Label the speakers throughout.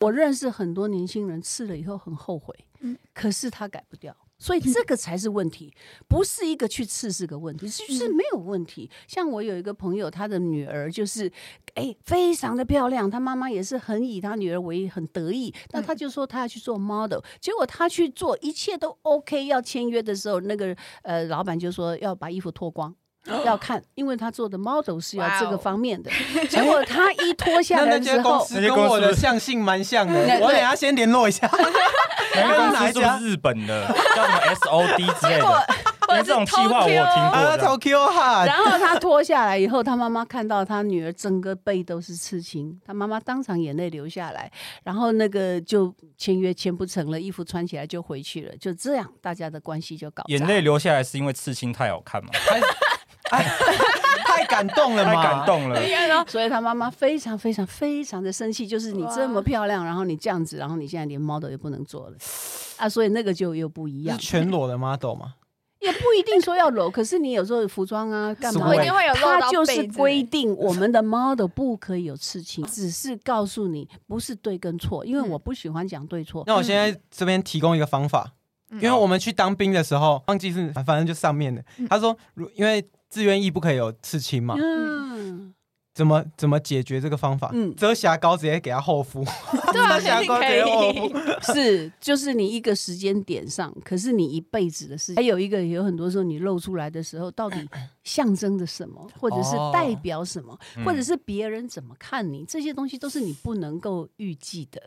Speaker 1: 我认识很多年轻人吃了以后很后悔，
Speaker 2: 嗯
Speaker 1: 可是他改不掉，所以这个才是问题，不是一个去吃是个问题，是
Speaker 3: 嗯
Speaker 1: 是没有问题。像我有一个朋友，他的女儿就是，哎，非常的漂亮，他妈妈也是很以他女儿为很得意，那
Speaker 3: 嗯
Speaker 1: 他就说他要去做 model，、结果他去做，一切都 OK，要签约的时候，那个呃老板就说要把衣服脱 光。要看，因为他做的 model 是要这
Speaker 2: 哇哦
Speaker 1: 个方面 的，结果他一脱下
Speaker 3: 那
Speaker 1: 来
Speaker 3: 那
Speaker 1: 的
Speaker 3: 间
Speaker 1: 时
Speaker 3: 公
Speaker 1: 候，
Speaker 3: 司跟我的相性蛮像的，
Speaker 1: 对
Speaker 3: 我等一下先联 络一下。啊
Speaker 4: 那
Speaker 3: 刚刚
Speaker 4: 个公
Speaker 3: 哪一
Speaker 4: 司是
Speaker 3: 家
Speaker 4: 不是日本的？叫什么 SOD 之类
Speaker 1: 结果
Speaker 4: 的？连这种计划我有听过
Speaker 3: 啊，
Speaker 4: 这样
Speaker 3: 超 Q 哈！
Speaker 1: 然后他脱下来以后，他妈妈看到他女儿整个背都是刺青，他妈妈当场眼泪流下来，然后那个就签约签不成了，衣服穿起来就回去了，就这样，大家的关系就搞砸
Speaker 4: 眼泪流下来是因为刺青太好看嘛？
Speaker 3: 还哎，太感动了嘛！
Speaker 4: 太感。动了。
Speaker 1: 所以他妈妈非常非常非常的生气，就是你这么
Speaker 2: 哇
Speaker 1: 漂亮，然后你这样子，然后你现在连 model 也不能做了啊，所以那个就又不一
Speaker 3: 是
Speaker 1: 样，嗯
Speaker 3: 全裸的 model 吗？
Speaker 1: 也不一定说要裸，可是你有时候服装啊干嘛
Speaker 3: 所
Speaker 1: 的
Speaker 3: 谓
Speaker 2: 我一定会有漏
Speaker 1: 它
Speaker 2: 到
Speaker 1: 就是
Speaker 2: 背之
Speaker 1: 规
Speaker 2: 类的
Speaker 1: 定我们的 model 不可以有刺青，只是告诉你不是对跟错，因为我不喜欢讲对错。
Speaker 3: 那我现在这边提供一个方法，
Speaker 2: 嗯
Speaker 3: 因为我们去当兵的时候，忘记是反正就上面的，他说，如因为自愿役不可以有刺青嘛，
Speaker 1: 嗯，
Speaker 3: 怎么怎么解决这个方法？
Speaker 1: 嗯
Speaker 3: 遮瑕膏直接给他厚敷，
Speaker 2: 对啊，
Speaker 3: 遮瑕
Speaker 2: 肯定
Speaker 3: 膏直
Speaker 2: 可
Speaker 3: 接厚
Speaker 2: 以。
Speaker 3: 敷。
Speaker 1: 是，就是你一个时间点上，可是你一辈子的事情。还有一个，有很多时候你露出来的时候，到底象征着什么，或者是
Speaker 3: 哦
Speaker 1: 代表什么，
Speaker 4: 嗯
Speaker 1: 或者是别人怎么看你，这些东西都是你不能够预计的。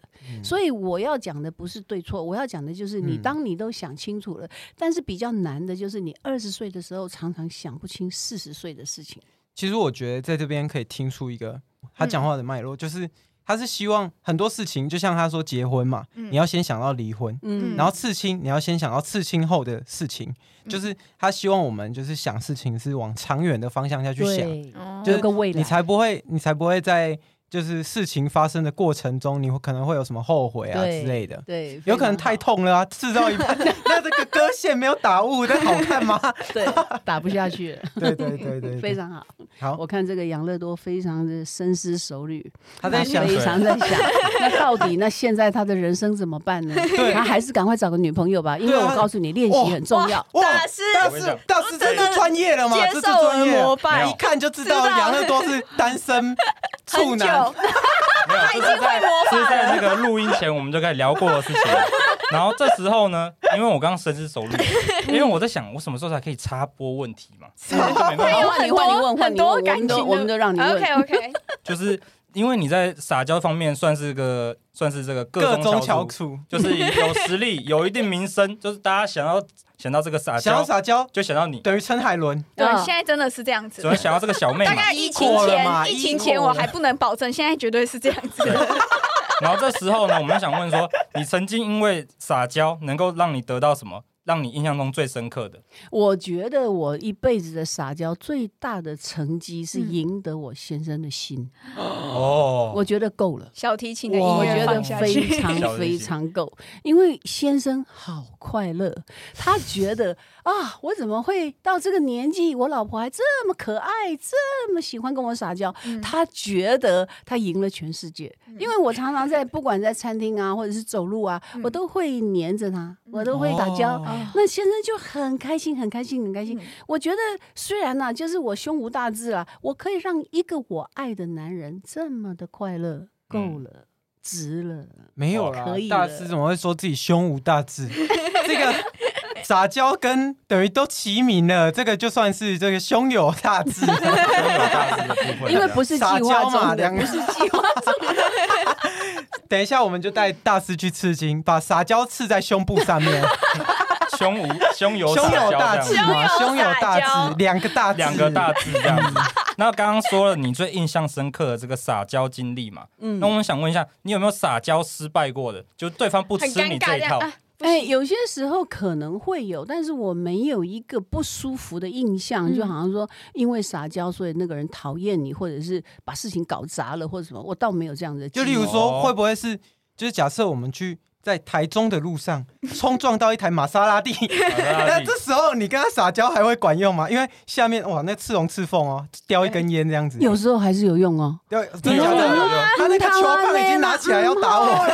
Speaker 1: 所以我要讲的不是对错，我要讲的就是你，
Speaker 3: 嗯
Speaker 1: 当你都想清楚了，但是比较难的就是你二十岁的时候常常想不清四十岁的事情。
Speaker 3: 其实我觉得在这边可以听出一个
Speaker 1: 嗯
Speaker 3: 他讲话的脉络，就是他是希望很多事情，就像他说结婚嘛，
Speaker 2: 嗯
Speaker 3: 你要先想到离婚，
Speaker 1: 嗯，
Speaker 3: 然后刺青，你要先想到刺青后的事情，
Speaker 2: 嗯
Speaker 3: 就是他希望我们就是想事情是往长远的方向下去想，
Speaker 1: 对，
Speaker 2: 哦
Speaker 3: 就
Speaker 1: 有
Speaker 3: 是
Speaker 1: 个未来，
Speaker 3: 你才不会，你才不会在就是事情发生的过程中，你会可能会有什么后悔啊
Speaker 1: 对
Speaker 3: 之类的。
Speaker 1: 对，
Speaker 3: 有可能
Speaker 1: 非常
Speaker 3: 太
Speaker 1: 好
Speaker 3: 痛了啊，刺到 一半，那这个割线没有打雾，那好看吗？
Speaker 1: 对，打不下去了，
Speaker 3: 对对对 对，
Speaker 1: 非常好。
Speaker 3: 好
Speaker 1: 我看这个养乐多非常的深思熟虑，
Speaker 3: 他在想
Speaker 1: 非常在想，那到底那现在他的人生怎么办呢？
Speaker 3: 对
Speaker 1: 他还是赶快找个女朋友吧，因为
Speaker 3: 对啊
Speaker 1: 我告诉你，练习很重要。
Speaker 3: 哇
Speaker 2: 大师
Speaker 3: 大
Speaker 4: 我跟你讲
Speaker 3: 师，大师这是专业了嘛？
Speaker 2: 啊接
Speaker 3: 这是
Speaker 2: 受我
Speaker 3: 专
Speaker 2: 的
Speaker 3: 业了
Speaker 2: 膜拜
Speaker 4: 没
Speaker 3: 一
Speaker 4: 有，
Speaker 3: 看就知道
Speaker 2: 知道
Speaker 3: 杨乐 多是单身处
Speaker 2: 很久
Speaker 3: 男。
Speaker 4: 没有，这是在这是在那个录音前我们就开始聊过的事情。然后这时候呢，因为我刚刚深思熟虑，因为我在想我什么时候才可以插播问题嘛，
Speaker 3: 是啊
Speaker 4: 就没办
Speaker 2: 对
Speaker 4: 法
Speaker 2: 有
Speaker 1: 好换你换你
Speaker 2: 很多
Speaker 1: 问，换
Speaker 2: 很
Speaker 1: 你问，
Speaker 2: 多
Speaker 1: 我们
Speaker 2: 感
Speaker 1: 都
Speaker 2: 情
Speaker 1: 我们都让你问。
Speaker 2: OK OK，
Speaker 4: 就是因为你在撒娇方面算是个算是这个各
Speaker 3: 中
Speaker 4: 中
Speaker 3: 翘
Speaker 4: 翘楚，
Speaker 3: 楚，
Speaker 4: 就是有实力、有一定名声，就是大家想要想到这个撒
Speaker 3: 想要
Speaker 4: 啊娇，
Speaker 3: 撒娇
Speaker 4: 就想到你，
Speaker 3: 等于陈海伦，
Speaker 2: 对，
Speaker 1: 嗯
Speaker 2: 现在真的是这样子
Speaker 4: 主。要想到这个小妹
Speaker 2: 大
Speaker 4: 嘛。
Speaker 2: 概疫情
Speaker 3: 过了嘛
Speaker 2: 前，疫情前
Speaker 3: 过
Speaker 2: 我
Speaker 3: 了
Speaker 2: 还不能保证，现在绝对是这样子。
Speaker 4: 然后这时候呢，我们想问说，你曾经因为撒娇能够让你得到什么？让你印象中最深刻的，
Speaker 1: 我觉得我一辈子的撒娇最大的成绩是
Speaker 2: 嗯
Speaker 1: 赢得我先生的心，
Speaker 4: 哦，
Speaker 1: 我觉得够了。
Speaker 2: 小提琴的音
Speaker 1: 我
Speaker 2: 乐
Speaker 1: 觉得
Speaker 2: 放下去，
Speaker 1: 非 常非常够，因为先生好快乐，他觉得啊，我怎么会到这个年纪，我老婆还这么可爱，这么喜欢跟我撒娇？
Speaker 2: 嗯
Speaker 1: 他觉得他赢了全世界，因为我常常在不管在餐厅啊，或者是走路啊，我都会黏着他，我都会打娇。
Speaker 3: 哦
Speaker 2: 啊
Speaker 1: 那先生就很开心，很开心，很开心。
Speaker 2: 嗯
Speaker 1: 我觉得虽然呢、就是我胸无大志啊，我可以让一个我爱的男人这么的快乐，够
Speaker 3: 嗯
Speaker 1: 了，值了。
Speaker 3: 没有啦
Speaker 1: 可以。
Speaker 3: 大
Speaker 1: 了
Speaker 3: 师怎么会说自己胸无大志？ 这个撒娇跟等于都齐名了，这个就算是这个胸有大 志。
Speaker 4: 大致的部分啊
Speaker 1: 因为不是计
Speaker 3: 撒
Speaker 1: 划
Speaker 3: 娇嘛，
Speaker 1: 中的，
Speaker 3: 两
Speaker 1: 不
Speaker 3: 个
Speaker 1: 是计 划中的。
Speaker 3: 等一下我们就带大师去刺青，把撒娇刺在胸部上面，
Speaker 4: 胸无胸 有
Speaker 3: 胸有
Speaker 4: 撒娇
Speaker 3: 大
Speaker 4: 这
Speaker 3: 志
Speaker 4: 样子，
Speaker 3: 嘛，胸
Speaker 2: 胸有
Speaker 3: 有大
Speaker 2: 撒娇
Speaker 3: 志，两个大志，
Speaker 4: 两个大字这样子。
Speaker 3: 嗯
Speaker 4: 那刚刚说了你最印象深刻的这个撒娇经历嘛，
Speaker 1: 嗯
Speaker 4: 那我们想问一下，你有没有撒娇失败过的？就对方不吃
Speaker 2: 很尴
Speaker 4: 你
Speaker 2: 尬
Speaker 4: 这
Speaker 2: 这
Speaker 4: 一
Speaker 2: 样
Speaker 4: 套，
Speaker 2: 啊。
Speaker 1: 哎，有些时候可能会有，但是我没有一个不舒服的印象，就
Speaker 2: 嗯
Speaker 1: 好像说因为撒娇，所以那个人讨厌你，或者是把事情搞砸了，或者什么，我倒没有这样的经
Speaker 3: 就
Speaker 1: 历。
Speaker 3: 例如
Speaker 4: 哦
Speaker 3: 说，会不会是就是假设我们去在台中的路上冲撞到一台玛莎拉蒂，
Speaker 4: 好的阿
Speaker 3: 那
Speaker 4: 弟
Speaker 3: 这时候你跟他撒娇还会管用吗？因为下面哇，那刺龙刺凤哦，叼一根烟这样子，
Speaker 1: 有时候还是有用哦。
Speaker 3: 对，真的假
Speaker 4: 有有有
Speaker 3: 的他那个球棒已经拿起来要打我了，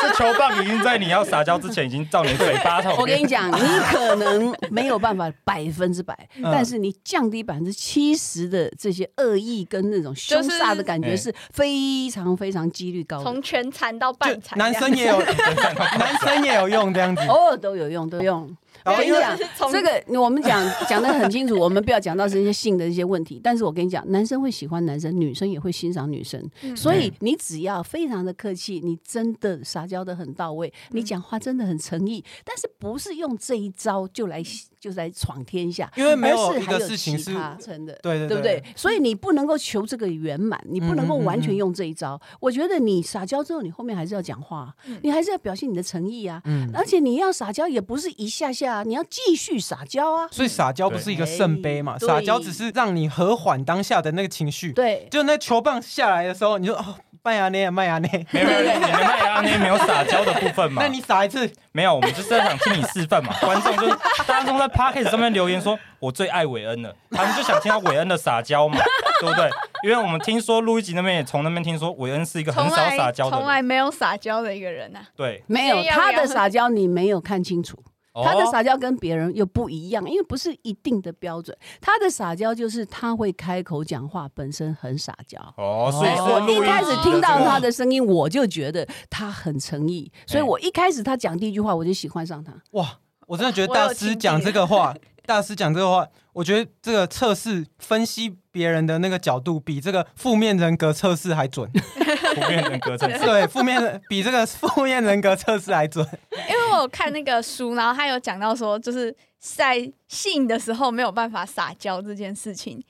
Speaker 4: 这球棒已经在你要撒娇之前已经到你嘴巴头。
Speaker 1: 我跟你讲，你可能没有办法百分之百，
Speaker 3: 嗯
Speaker 1: 但是你降低百分之七十的这些恶意跟那种凶煞的感觉
Speaker 4: 就是
Speaker 1: 是非常非常几率高的
Speaker 2: 从，全残到半
Speaker 3: 就
Speaker 2: 残，
Speaker 3: 男生也有，男生也有用这样子。
Speaker 1: 偶尔都有用，都有用。
Speaker 3: 然
Speaker 1: 我
Speaker 3: 后
Speaker 1: 跟你
Speaker 3: 嗯哦因为
Speaker 1: 讲，这个我们 讲讲的很清楚，我们不要讲到这些性的一些问题。但是我跟你讲，男生会喜欢男生，女生也会欣赏女生。
Speaker 2: 嗯
Speaker 1: 所以你只要非常的客气，你真的撒娇的很到位，
Speaker 3: 嗯
Speaker 1: 你讲话真的很诚意，但是不是用这一招就来就来闯天下？
Speaker 3: 因为没有
Speaker 1: 而是
Speaker 3: 一
Speaker 1: 还
Speaker 3: 个
Speaker 1: 有
Speaker 3: 事情
Speaker 1: 其
Speaker 3: 是
Speaker 1: 他成的。
Speaker 3: 对对
Speaker 1: 对不对？所以你不能够求这个圆满，你不能够完全用这一招。我觉得你撒娇之后，你后面还是要讲话啊，你还是要表现你的诚意啊。
Speaker 3: 嗯，
Speaker 1: 而且你要撒娇也不是一下下啊，你要继续撒娇啊。
Speaker 3: 所以撒娇不是一个圣杯嘛，
Speaker 1: 对
Speaker 3: 撒娇只是让你和缓当下的那个情绪。
Speaker 1: 对，
Speaker 3: 就那球棒下来的时候，你就哦，麦芽捏，麦芽捏，
Speaker 4: 没有没有，你们那阿内没有撒娇的部分嘛？
Speaker 3: 那你撒一次，
Speaker 4: 没有，我们就是在想听你示范 嘛。观众就是大众在 p o c k e t 上面留言说，我最爱韦恩了，他们就想听到韦恩的撒 娇嘛，对不对？因为我们听说路易吉那边也从那边听说韦恩是一个很
Speaker 2: 从
Speaker 4: 少撒
Speaker 2: 来
Speaker 4: 娇的
Speaker 2: 从
Speaker 4: 人，
Speaker 2: 来没有撒娇的一个人啊呐。
Speaker 4: 对，
Speaker 1: 没有
Speaker 2: 先要
Speaker 1: 他
Speaker 2: 要
Speaker 1: 的撒娇你没有看清楚，
Speaker 4: 哦
Speaker 1: 他的撒娇跟别人又不一样，因为不是一定的标准。他的撒娇就是他会开口讲话，本身很撒娇。
Speaker 4: 哦，所以
Speaker 3: 哦
Speaker 4: 说
Speaker 1: 我
Speaker 4: 路
Speaker 1: 一
Speaker 4: 易
Speaker 1: 开始听到他
Speaker 4: 的
Speaker 1: 的声音，我就觉得他很诚意，所以我一开始他讲第一句话，我就喜欢上他。
Speaker 3: 哇！我真的觉得大师讲这个话，大师讲这个话，我觉得这个测试分析别人的那个角度，比这个负面人格测试还准。
Speaker 4: 普遍人 格真的是
Speaker 3: 对，负面人比这个负面人格测试还准。
Speaker 2: 因为我有看那个书，然后他有讲到说，就是在性的时候没有办法撒娇这件事情。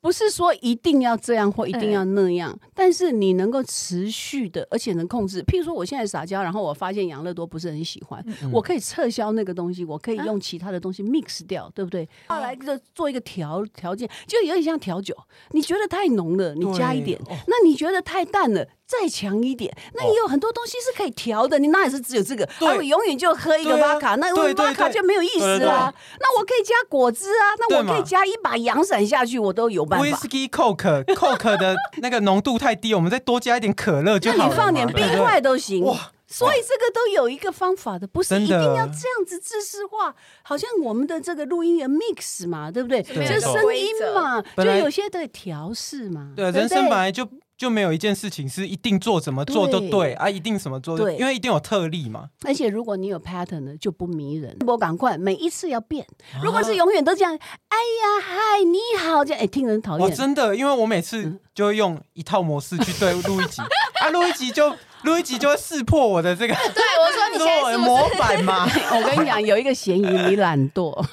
Speaker 1: 不是说一定要这样或一定要那样，但是你能够持续的，而且能控制。譬如说，我现在撒娇，然后我发现养乐多不是很喜欢，我可以撤销那个东西，我可以用其他的东西 mix 掉，对不对？后来就做一个调条件，就有点像调酒，你觉得太浓了，你加一点；
Speaker 3: 对哦
Speaker 1: 那你觉得太淡了，再强一点。那也有很多东西是可以调的，你哪里是只有这个？
Speaker 3: 哦对
Speaker 1: 啊我永远就喝一个
Speaker 3: 对啊
Speaker 1: 巴卡，那
Speaker 3: 对对
Speaker 1: 巴卡
Speaker 3: 对
Speaker 1: 就没有意
Speaker 4: 对
Speaker 1: 思
Speaker 4: 对
Speaker 1: 啦。那我可以加果汁啊，那我
Speaker 3: 对嘛
Speaker 1: 可以加一把阳伞下去，我都有办法。
Speaker 3: Whisky Coke Coke 的那个浓度太低，我们再多加一点可乐就好了
Speaker 1: 那
Speaker 3: 嘛。
Speaker 1: 你放点冰
Speaker 3: 对不对
Speaker 1: 块都行。
Speaker 3: 哇
Speaker 1: 所以这个都有一个方法的，不是
Speaker 3: 真
Speaker 1: 一
Speaker 3: 的
Speaker 1: 定要这样子知识化，好像我们的这个录音员 mix 嘛，对不对？
Speaker 2: 对
Speaker 1: 就声音嘛，就
Speaker 3: 本来
Speaker 1: 有些的调试嘛。
Speaker 3: 对，
Speaker 1: 不
Speaker 3: 人生本来就就没有一件事情是一定做怎么做都
Speaker 1: 对
Speaker 3: 对啊，一定什么做都，
Speaker 1: 对
Speaker 3: 因为一定有特例嘛。
Speaker 1: 而且如果你有 pattern 的，就不迷人。我赶快每一次要变，如果
Speaker 3: 啊
Speaker 1: 是永远都这样，哎呀嗨你好这样，哎听人讨
Speaker 3: 我
Speaker 1: 厌。
Speaker 3: 哦真的，因为我每
Speaker 2: 嗯
Speaker 3: 次就会用一套模式去对录一集啊，录一集就录一集就会识破我的这个
Speaker 2: 对，我说 你现
Speaker 3: 说
Speaker 2: 在
Speaker 3: 我的
Speaker 2: 是 不
Speaker 3: 模
Speaker 2: 是？
Speaker 3: 板嘛。
Speaker 1: 我跟你讲，有一个嫌疑，你懒 惰，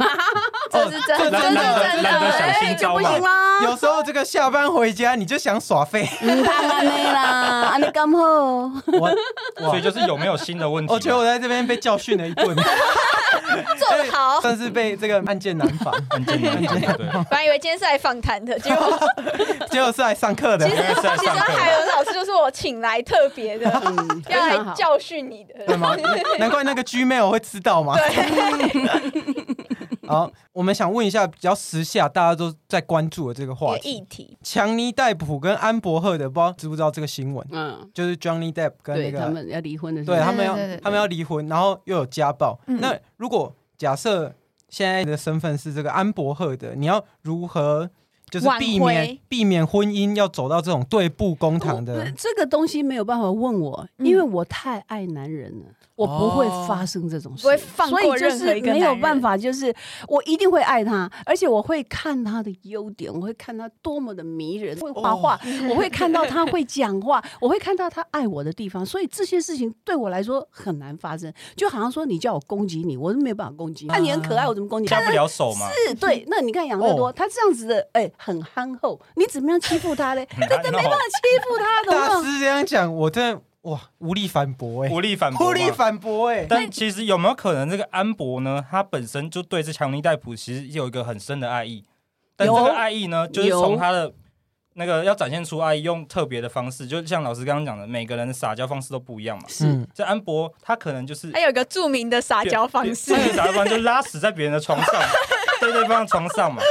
Speaker 2: 这是真
Speaker 3: 这
Speaker 2: 的，这
Speaker 3: 真
Speaker 2: 是真
Speaker 3: 的
Speaker 2: 的，
Speaker 4: 懒得想
Speaker 2: 哎
Speaker 4: 新招
Speaker 1: 不
Speaker 4: 嘛
Speaker 1: 行，啦，
Speaker 3: 哦
Speaker 1: 嗯
Speaker 3: 有时候这个下班回家你就想 耍废，
Speaker 1: 唔怕安尼啦，安尼刚好。
Speaker 3: 我
Speaker 4: 所以就是有没有新的问题嘛？
Speaker 3: 我觉得我在这边被教训了一顿， 哎
Speaker 2: 做好。
Speaker 3: 算是被这个案件难防，
Speaker 4: 很简单，很简单。
Speaker 2: 本来以为今天是来访谈的，结果
Speaker 3: 结果是来上课的
Speaker 2: 其。实
Speaker 4: 是来
Speaker 2: 其实
Speaker 4: 上课的
Speaker 2: 海伦老师就是我请来特别 的，
Speaker 1: 嗯
Speaker 2: 要
Speaker 1: 非常
Speaker 2: 来
Speaker 1: 好
Speaker 2: 教训你的。
Speaker 3: 对吗？难怪那个 Gmail 会知道嘛。好，我们想问一下比较时下大家都在关注的这个
Speaker 2: 一
Speaker 3: 话
Speaker 2: 个
Speaker 3: 题
Speaker 2: 议，题，
Speaker 3: 强尼戴普跟安伯赫的，不知道知不知道这个新闻？
Speaker 1: 嗯，
Speaker 3: 就是 Johnny Depp 跟那
Speaker 1: 对他
Speaker 3: 个
Speaker 1: 们要离婚的时候，
Speaker 3: 对他们
Speaker 2: 对
Speaker 3: 要
Speaker 2: 对对对
Speaker 3: 他们要离婚，然后又有家暴。
Speaker 2: 嗯
Speaker 3: 那如果假设现在的身份是这个安伯赫的，你要如何就是
Speaker 2: 挽
Speaker 3: 避
Speaker 2: 回
Speaker 3: 免避免婚姻要走到这种对簿公堂的？
Speaker 1: 这个东西没有办法问我，
Speaker 2: 嗯
Speaker 1: 因为我太爱男人了，我不会发生这种事，
Speaker 2: 哦不会放过
Speaker 1: 所以就
Speaker 2: 任何
Speaker 1: 是
Speaker 2: 一个
Speaker 1: 没有办
Speaker 2: 男人。
Speaker 1: 法，就是我一定会爱他，而且我会看他的优点，我会看他多么的迷人，会画画，
Speaker 2: 哦
Speaker 1: 我会看到他会讲话，我会看到他爱我的地方，所以这些事情对我来说很难发生。就好像说你叫我攻击你，我是没有办法攻击你，看你很可爱，我怎么 攻击你？
Speaker 4: 下不了手嘛，
Speaker 1: 是对，那你看养乐多，他这样子的，哎、很憨厚，你怎么样欺负 他嘞？
Speaker 4: 嗯
Speaker 1: 真的没办法欺负他，哦懂
Speaker 3: 大
Speaker 1: 不懂？
Speaker 3: 师这样讲，我真的哇无力反驳哎、
Speaker 4: 无力反驳嘛，
Speaker 3: 无力反驳哎、
Speaker 4: 但其实有没有可能，这个安博呢，他本身就对这强尼戴普其实有一个很深的爱意，但这
Speaker 1: 有
Speaker 4: 个爱意呢，就是从他的那个要展现出爱意，用特别的方式，就像老师刚刚讲的，每个人的撒娇方式都不一样嘛。
Speaker 1: 是
Speaker 3: 嗯
Speaker 4: 这安博他可能就是
Speaker 2: 还有一个著名的撒娇方式
Speaker 4: 这，个撒娇方式就拉屎在别人的床 上，在对方的床上嘛，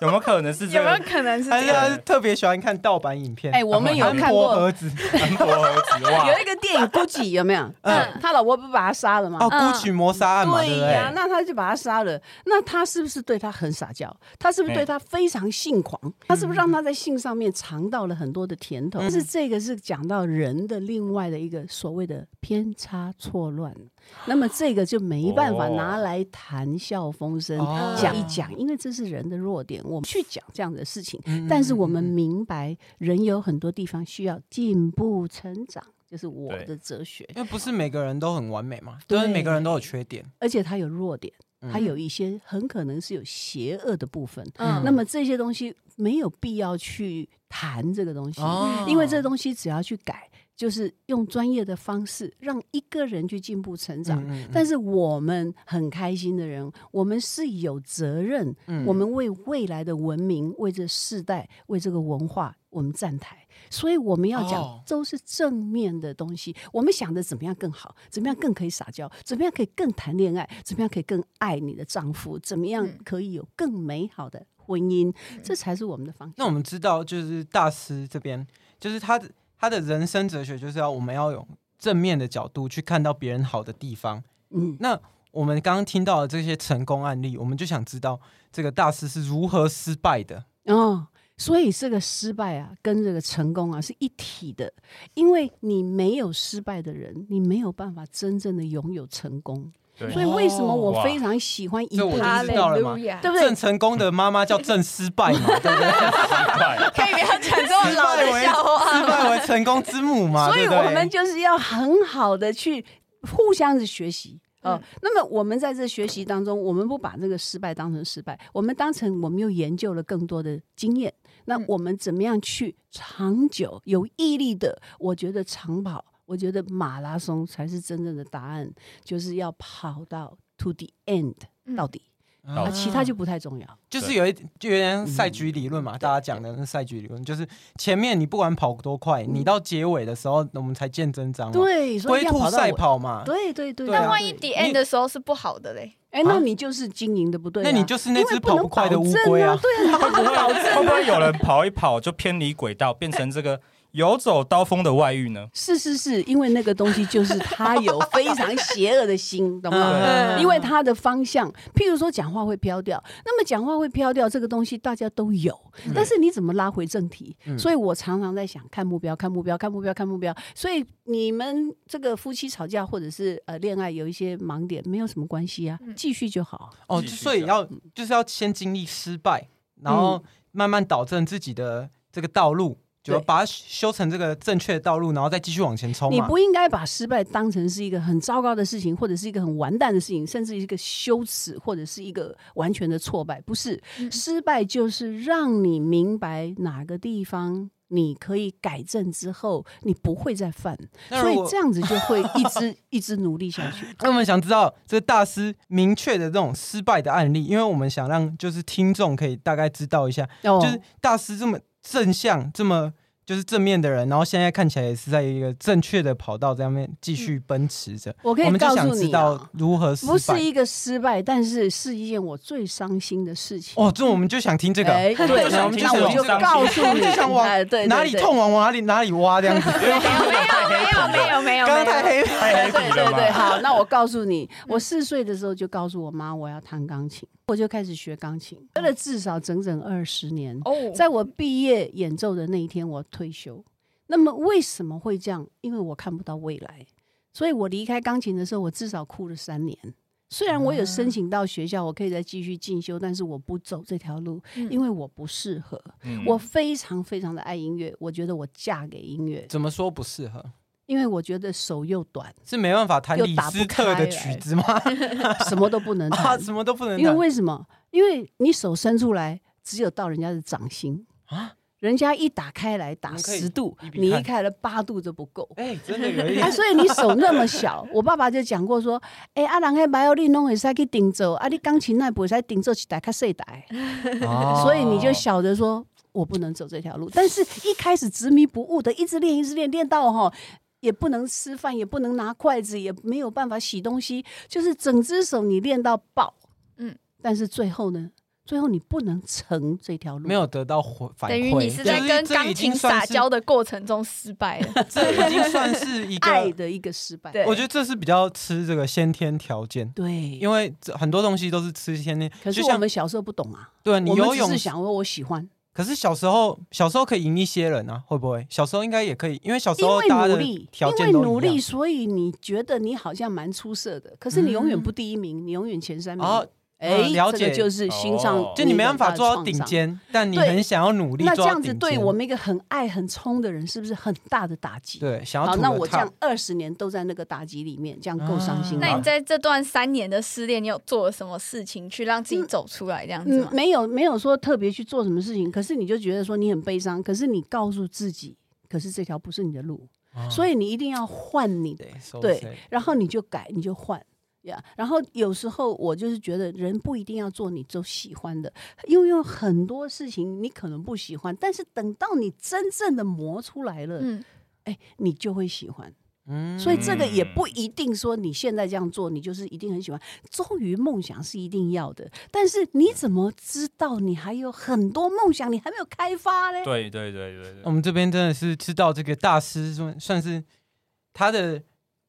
Speaker 4: 有没有可能是这
Speaker 2: 有没有
Speaker 4: 个？
Speaker 2: 可能是
Speaker 3: 还
Speaker 2: 这
Speaker 3: 是
Speaker 2: 样？
Speaker 3: 他特别喜欢看盗版影片。
Speaker 1: 哎我们有
Speaker 3: 安
Speaker 1: 看
Speaker 3: 博
Speaker 1: 过
Speaker 3: 儿子
Speaker 4: 安博儿子哇，
Speaker 1: 有一个电影 Gucci 有没有？
Speaker 2: 嗯
Speaker 1: 他老婆不把他杀了吗？
Speaker 3: 哦，
Speaker 2: 嗯
Speaker 3: 孤举谋杀案嘛，对
Speaker 1: 对
Speaker 3: 不
Speaker 1: 呀、
Speaker 3: 对？
Speaker 1: 那他就把他杀了。那他是不是对他很撒娇？他是不
Speaker 3: 哎
Speaker 1: 是对他非常性狂？他
Speaker 3: 嗯
Speaker 1: 是不是让他在性上面尝到了很多的甜头？但是这个是讲到人的另外的一个所谓的偏差错乱，那么这个就没办法
Speaker 4: 哦
Speaker 1: 拿来谈笑风生。
Speaker 3: 哦
Speaker 1: 讲一讲，因为这是人的弱点，我们去讲这样的事情，
Speaker 3: 嗯
Speaker 1: 但是我们明白人有很多地方需要进步成长，就是我
Speaker 4: 对
Speaker 1: 的哲学。
Speaker 3: 因为不是每个人都很完美嘛，就
Speaker 1: 对
Speaker 3: 是每个人都有缺点。
Speaker 1: 而且它有弱点，
Speaker 3: 嗯
Speaker 1: 它有一些很可能是有邪恶的部分。
Speaker 2: 嗯
Speaker 1: 那么这些东西没有必要去谈这个东西，
Speaker 3: 哦
Speaker 1: 因为这东西只要去改，就是用专业的方式让一个人去进步成长。
Speaker 3: 嗯嗯嗯
Speaker 1: 但是我们很开心的人，我们是有责任，
Speaker 3: 嗯
Speaker 1: 我们为未来的文明、为这世代、为这个文化，我们站台。所以我们要
Speaker 3: 哦
Speaker 1: 讲都是正面的东西，我们想的怎么样更好，怎么样更可以撒娇，怎么样可以更谈恋爱，怎么样可以更爱你的丈夫，怎么样
Speaker 2: 嗯
Speaker 1: 可以有更美好的婚姻，这才是我们的方向。
Speaker 3: 那我们知道，就是大师这边，就是他的他的人生哲学，就是要我们要有正面的角度去看到别人好的地方。
Speaker 1: 嗯，
Speaker 3: 那我们刚刚听到的这些成功案例，我们就想知道这个大师是如何失败的。
Speaker 1: 哦，所以这个失败啊，跟这个成功啊是一体的，因为你没有失败的人，你没有办法真正的拥有成功。
Speaker 4: 对
Speaker 1: 所以为什么我
Speaker 4: 哇
Speaker 1: 非常喜欢一
Speaker 3: 这
Speaker 1: 部
Speaker 3: 我
Speaker 2: 哈
Speaker 3: 就知
Speaker 2: 雷
Speaker 3: 道了嘛
Speaker 2: 路亚
Speaker 1: 对不对
Speaker 3: 郑？成功的妈妈叫郑失败嘛，对不对？
Speaker 4: 快
Speaker 2: 可以不要讲这种
Speaker 3: 失
Speaker 2: 老
Speaker 3: 败
Speaker 2: 的
Speaker 3: 为
Speaker 2: 笑话
Speaker 3: 失
Speaker 2: 吗。
Speaker 3: 败为成功之母嘛，
Speaker 1: 所以
Speaker 3: 对不对
Speaker 1: 我们就是要很好的去互相的学习。哦
Speaker 2: 嗯，
Speaker 1: 那么我们在这学习当中，我们不把这个失败当成失败，我们当成我们又研究了更多的经验。那
Speaker 2: 嗯
Speaker 1: 我们怎么样去长久有毅力的？我觉得长跑，我觉得马拉松才是真正的答案，就是要跑到 to the end
Speaker 2: 嗯
Speaker 1: 到底，
Speaker 4: 好
Speaker 1: 啊，其他就不太重要。
Speaker 3: 就是
Speaker 4: 对
Speaker 3: 有一就有点像赛局理论嘛，大家讲的那赛局理论，就是前面你不管跑多快，你到结尾的时候我们才见真章嘛。，
Speaker 1: 对，所以
Speaker 3: 龟
Speaker 1: 要
Speaker 3: 兔
Speaker 1: 跑到
Speaker 3: 赛
Speaker 1: 尾。
Speaker 3: 跑嘛，
Speaker 1: 对对对。
Speaker 3: 对啊
Speaker 2: 但万一
Speaker 1: 对
Speaker 2: the end 的时候是不好的嘞，
Speaker 1: 哎，
Speaker 3: 啊
Speaker 1: 那你就是经营的不对啊、
Speaker 3: 那你就是那
Speaker 1: 因为
Speaker 3: 只
Speaker 1: 不
Speaker 3: 跑
Speaker 1: 能
Speaker 3: 不快的
Speaker 1: 保
Speaker 3: 乌
Speaker 1: 证
Speaker 3: 龟啊
Speaker 1: 啊！对啊，你不能保证
Speaker 4: 会不会有人跑一跑就偏离轨道，变成这个游走刀锋的外遇呢？
Speaker 1: 是是是，因为那个东西就是他有非常邪恶的心，懂吗？
Speaker 2: 嗯
Speaker 1: 啊因为他的方向，譬如说讲话会飘掉，那么讲话会飘掉这个东西大家都有，但是你怎么拉回正题？
Speaker 3: 嗯
Speaker 1: 所以我常常在想，看目标，看目标，看目标，看目标。所以你们这个夫妻吵架或者是呃恋爱有一些盲点，没有什么关系啊，继续就好。
Speaker 3: 哦，
Speaker 4: 继
Speaker 3: 就
Speaker 4: 续
Speaker 3: 所以
Speaker 4: 讲
Speaker 3: 要就是要先经历失败，然后慢慢导正自己的这个道路，就
Speaker 1: 嗯对
Speaker 3: 把它修成这个正确的道路，然后再继续往前冲
Speaker 1: 你
Speaker 3: 嘛。
Speaker 1: 不应该把失败当成是一个很糟糕的事情，或者是一个很完蛋的事情，甚至一个羞耻，或者是一个完全的挫败。不是，失败就是让你明白哪个地方你可以改正之后，你不会再犯，
Speaker 3: 那
Speaker 1: 所以
Speaker 3: 如果
Speaker 1: 这样子就会一 直一直努力下去。
Speaker 3: 那我们想知道这大师明确的这种失败的案例，因为我们想让就是听众可以大概知道一下，
Speaker 1: 哦
Speaker 3: 就是大师这么正向、这么就是正面的人，然后现在看起来也是在一个正确的跑道上面继续奔驰着。
Speaker 1: 嗯我可以
Speaker 3: 我们就
Speaker 1: 告
Speaker 3: 想
Speaker 1: 诉
Speaker 3: 知
Speaker 1: 你、
Speaker 3: 道
Speaker 1: 啊，
Speaker 3: 如何失败。
Speaker 1: 不是一个失败，但是是一件我最伤心的事情。
Speaker 3: 哦，这我们就想听这个，
Speaker 1: 哎对，
Speaker 4: 想
Speaker 1: 那
Speaker 4: 听
Speaker 1: 我
Speaker 4: 这
Speaker 1: 就
Speaker 4: 种伤心
Speaker 1: 告诉你，
Speaker 3: 就想往
Speaker 1: 哎对对
Speaker 3: 哪里
Speaker 1: 对
Speaker 3: 痛往啊往哪里哪里挖这样 子。
Speaker 2: 没有没有没有没有
Speaker 3: 刚刚太
Speaker 2: 没有，
Speaker 3: 黑，
Speaker 4: 太
Speaker 1: 对
Speaker 4: 黑皮了
Speaker 1: 对
Speaker 4: 嘛
Speaker 1: 对，好，那我告诉你，
Speaker 2: 嗯
Speaker 1: 我四岁的时候就告诉我妈我要弹钢琴，我就开始学钢琴，学了至少整整二十年。
Speaker 2: 哦，
Speaker 1: 在我毕业演奏的那一天，我退休。那么为什么会这样？因为我看不到未来，所以我离开钢琴的时候，我至少哭了三年。虽然我有
Speaker 2: 啊
Speaker 1: 申请到学校，我可以再继续进修，但是我不走这条路，
Speaker 2: 嗯
Speaker 1: 因为我不适合。
Speaker 4: 嗯
Speaker 1: 我非常非常的爱音乐，我觉得我嫁给音乐，
Speaker 3: 怎么说不适合？
Speaker 1: 因为我觉得手又短，
Speaker 3: 是没办法弹
Speaker 1: 又
Speaker 3: 李
Speaker 1: 打不
Speaker 3: 斯特的
Speaker 1: 开啊
Speaker 3: 曲
Speaker 1: 来
Speaker 3: 子吗？
Speaker 1: 什么都不能
Speaker 3: 啊，
Speaker 2: 哦
Speaker 1: 弹。
Speaker 3: 什么都不能
Speaker 1: 嗯因为
Speaker 3: 弹。
Speaker 1: 为什么？因为你手伸出来，只有到人家的掌心
Speaker 3: 啊
Speaker 1: 啊，人家一打开来
Speaker 3: 我
Speaker 1: 打
Speaker 3: 们可以
Speaker 1: 十度
Speaker 3: 一，比
Speaker 1: 你
Speaker 3: 看。
Speaker 1: 一开了八度都不够
Speaker 3: 哎，真的有 一
Speaker 1: 啊，
Speaker 3: 点。
Speaker 1: 所以你手那么小， 我爸爸就讲过说，哎、啊，人迄白奥利拢会使去顶奏，啊，你钢琴那不会使顶奏起台较细台，
Speaker 3: 哦
Speaker 1: 所以你就晓得说，我不能走这条路。但是一开始执迷不悟的，一直练，一直练，练到哈。也不能吃饭，也不能拿筷子，也没有办法洗东西，就是整只手你练到爆，嗯
Speaker 2: 嗯。
Speaker 1: 但是最后呢，最后你不能成这条路，
Speaker 3: 没有得到回反
Speaker 2: 等
Speaker 3: 馈，
Speaker 2: 于你是在
Speaker 3: 就是
Speaker 2: 跟
Speaker 3: 这
Speaker 2: 钢
Speaker 3: 已经
Speaker 2: 琴
Speaker 3: 算
Speaker 2: 撒
Speaker 3: 是
Speaker 2: 娇的过程中失败了。
Speaker 3: 这已经算是一
Speaker 1: 爱
Speaker 3: 个，
Speaker 1: 的一个失败。
Speaker 2: 对
Speaker 3: 我觉得这是比较吃这个先天条件，
Speaker 1: 对，
Speaker 3: 因为这很多东西都是吃先天。
Speaker 1: 可是
Speaker 3: 就
Speaker 1: 我
Speaker 3: 像
Speaker 1: 们小时候不懂啊，
Speaker 3: 对你
Speaker 1: 我们
Speaker 3: 游
Speaker 1: 只
Speaker 3: 泳
Speaker 1: 是，想说我喜欢，
Speaker 3: 可是小时候小时候可以赢一些人啊，会不会？小时候应该也可以，因为小时
Speaker 1: 因
Speaker 3: 候
Speaker 1: 为
Speaker 3: 大家
Speaker 1: 努
Speaker 3: 的
Speaker 1: 力，
Speaker 3: 条
Speaker 1: 因
Speaker 3: 件
Speaker 1: 为
Speaker 3: 都
Speaker 1: 努
Speaker 3: 一样
Speaker 1: 力，所以你觉得你好像蛮出色的，可是你永远不第一名，你永远前三名。
Speaker 3: 哦
Speaker 1: 哎，
Speaker 3: 嗯了
Speaker 1: 这
Speaker 3: 解
Speaker 1: 个就是心
Speaker 4: 哦
Speaker 1: 上，
Speaker 3: 就你没办法
Speaker 1: 很大的
Speaker 3: 做到
Speaker 1: 创
Speaker 3: 顶
Speaker 1: 伤。
Speaker 3: 尖，但你
Speaker 1: 对
Speaker 3: 很想要努力
Speaker 1: 那这
Speaker 3: 做到
Speaker 1: 样子
Speaker 3: 顶尖。
Speaker 1: 对我们一个很爱很冲的人，是不是很大的打击？
Speaker 3: 对想要
Speaker 1: 好，
Speaker 3: 吐
Speaker 1: 那
Speaker 3: 个
Speaker 1: 我这
Speaker 3: 碳
Speaker 1: 样二十年都在那个打击里面，这样够伤
Speaker 3: 啊
Speaker 1: 心
Speaker 2: 那
Speaker 1: 吗
Speaker 2: 你？在这段三年的失恋，你有做了什么事情去让自己走出来这样子
Speaker 1: 嗯
Speaker 2: 吗，？
Speaker 1: 没有没有说特别去做什么事情，可是你就觉得说你很悲伤，可是你告诉自己，可是这条不是你的路，所
Speaker 3: 以
Speaker 1: 以你一定要换你的。
Speaker 3: 哦对，so
Speaker 1: 对
Speaker 3: sad
Speaker 1: 然后你就改，你就换呀。然后有时候我就是觉得人不一定要做你就喜欢的，因为有很多事情你可能不喜欢，但是等到你真正的磨出来了，
Speaker 2: 嗯，
Speaker 1: 哎，你就会喜欢。
Speaker 3: 嗯
Speaker 1: 所以这个也不一定说你现在这样做，你就是一定很喜欢。忠于梦想是一定要的，但是你怎么知道你还有很多梦想你还没有开发嘞？
Speaker 4: 对对对对
Speaker 3: 我
Speaker 4: 对，
Speaker 3: 们这边真的是知道这个大师算算是他的，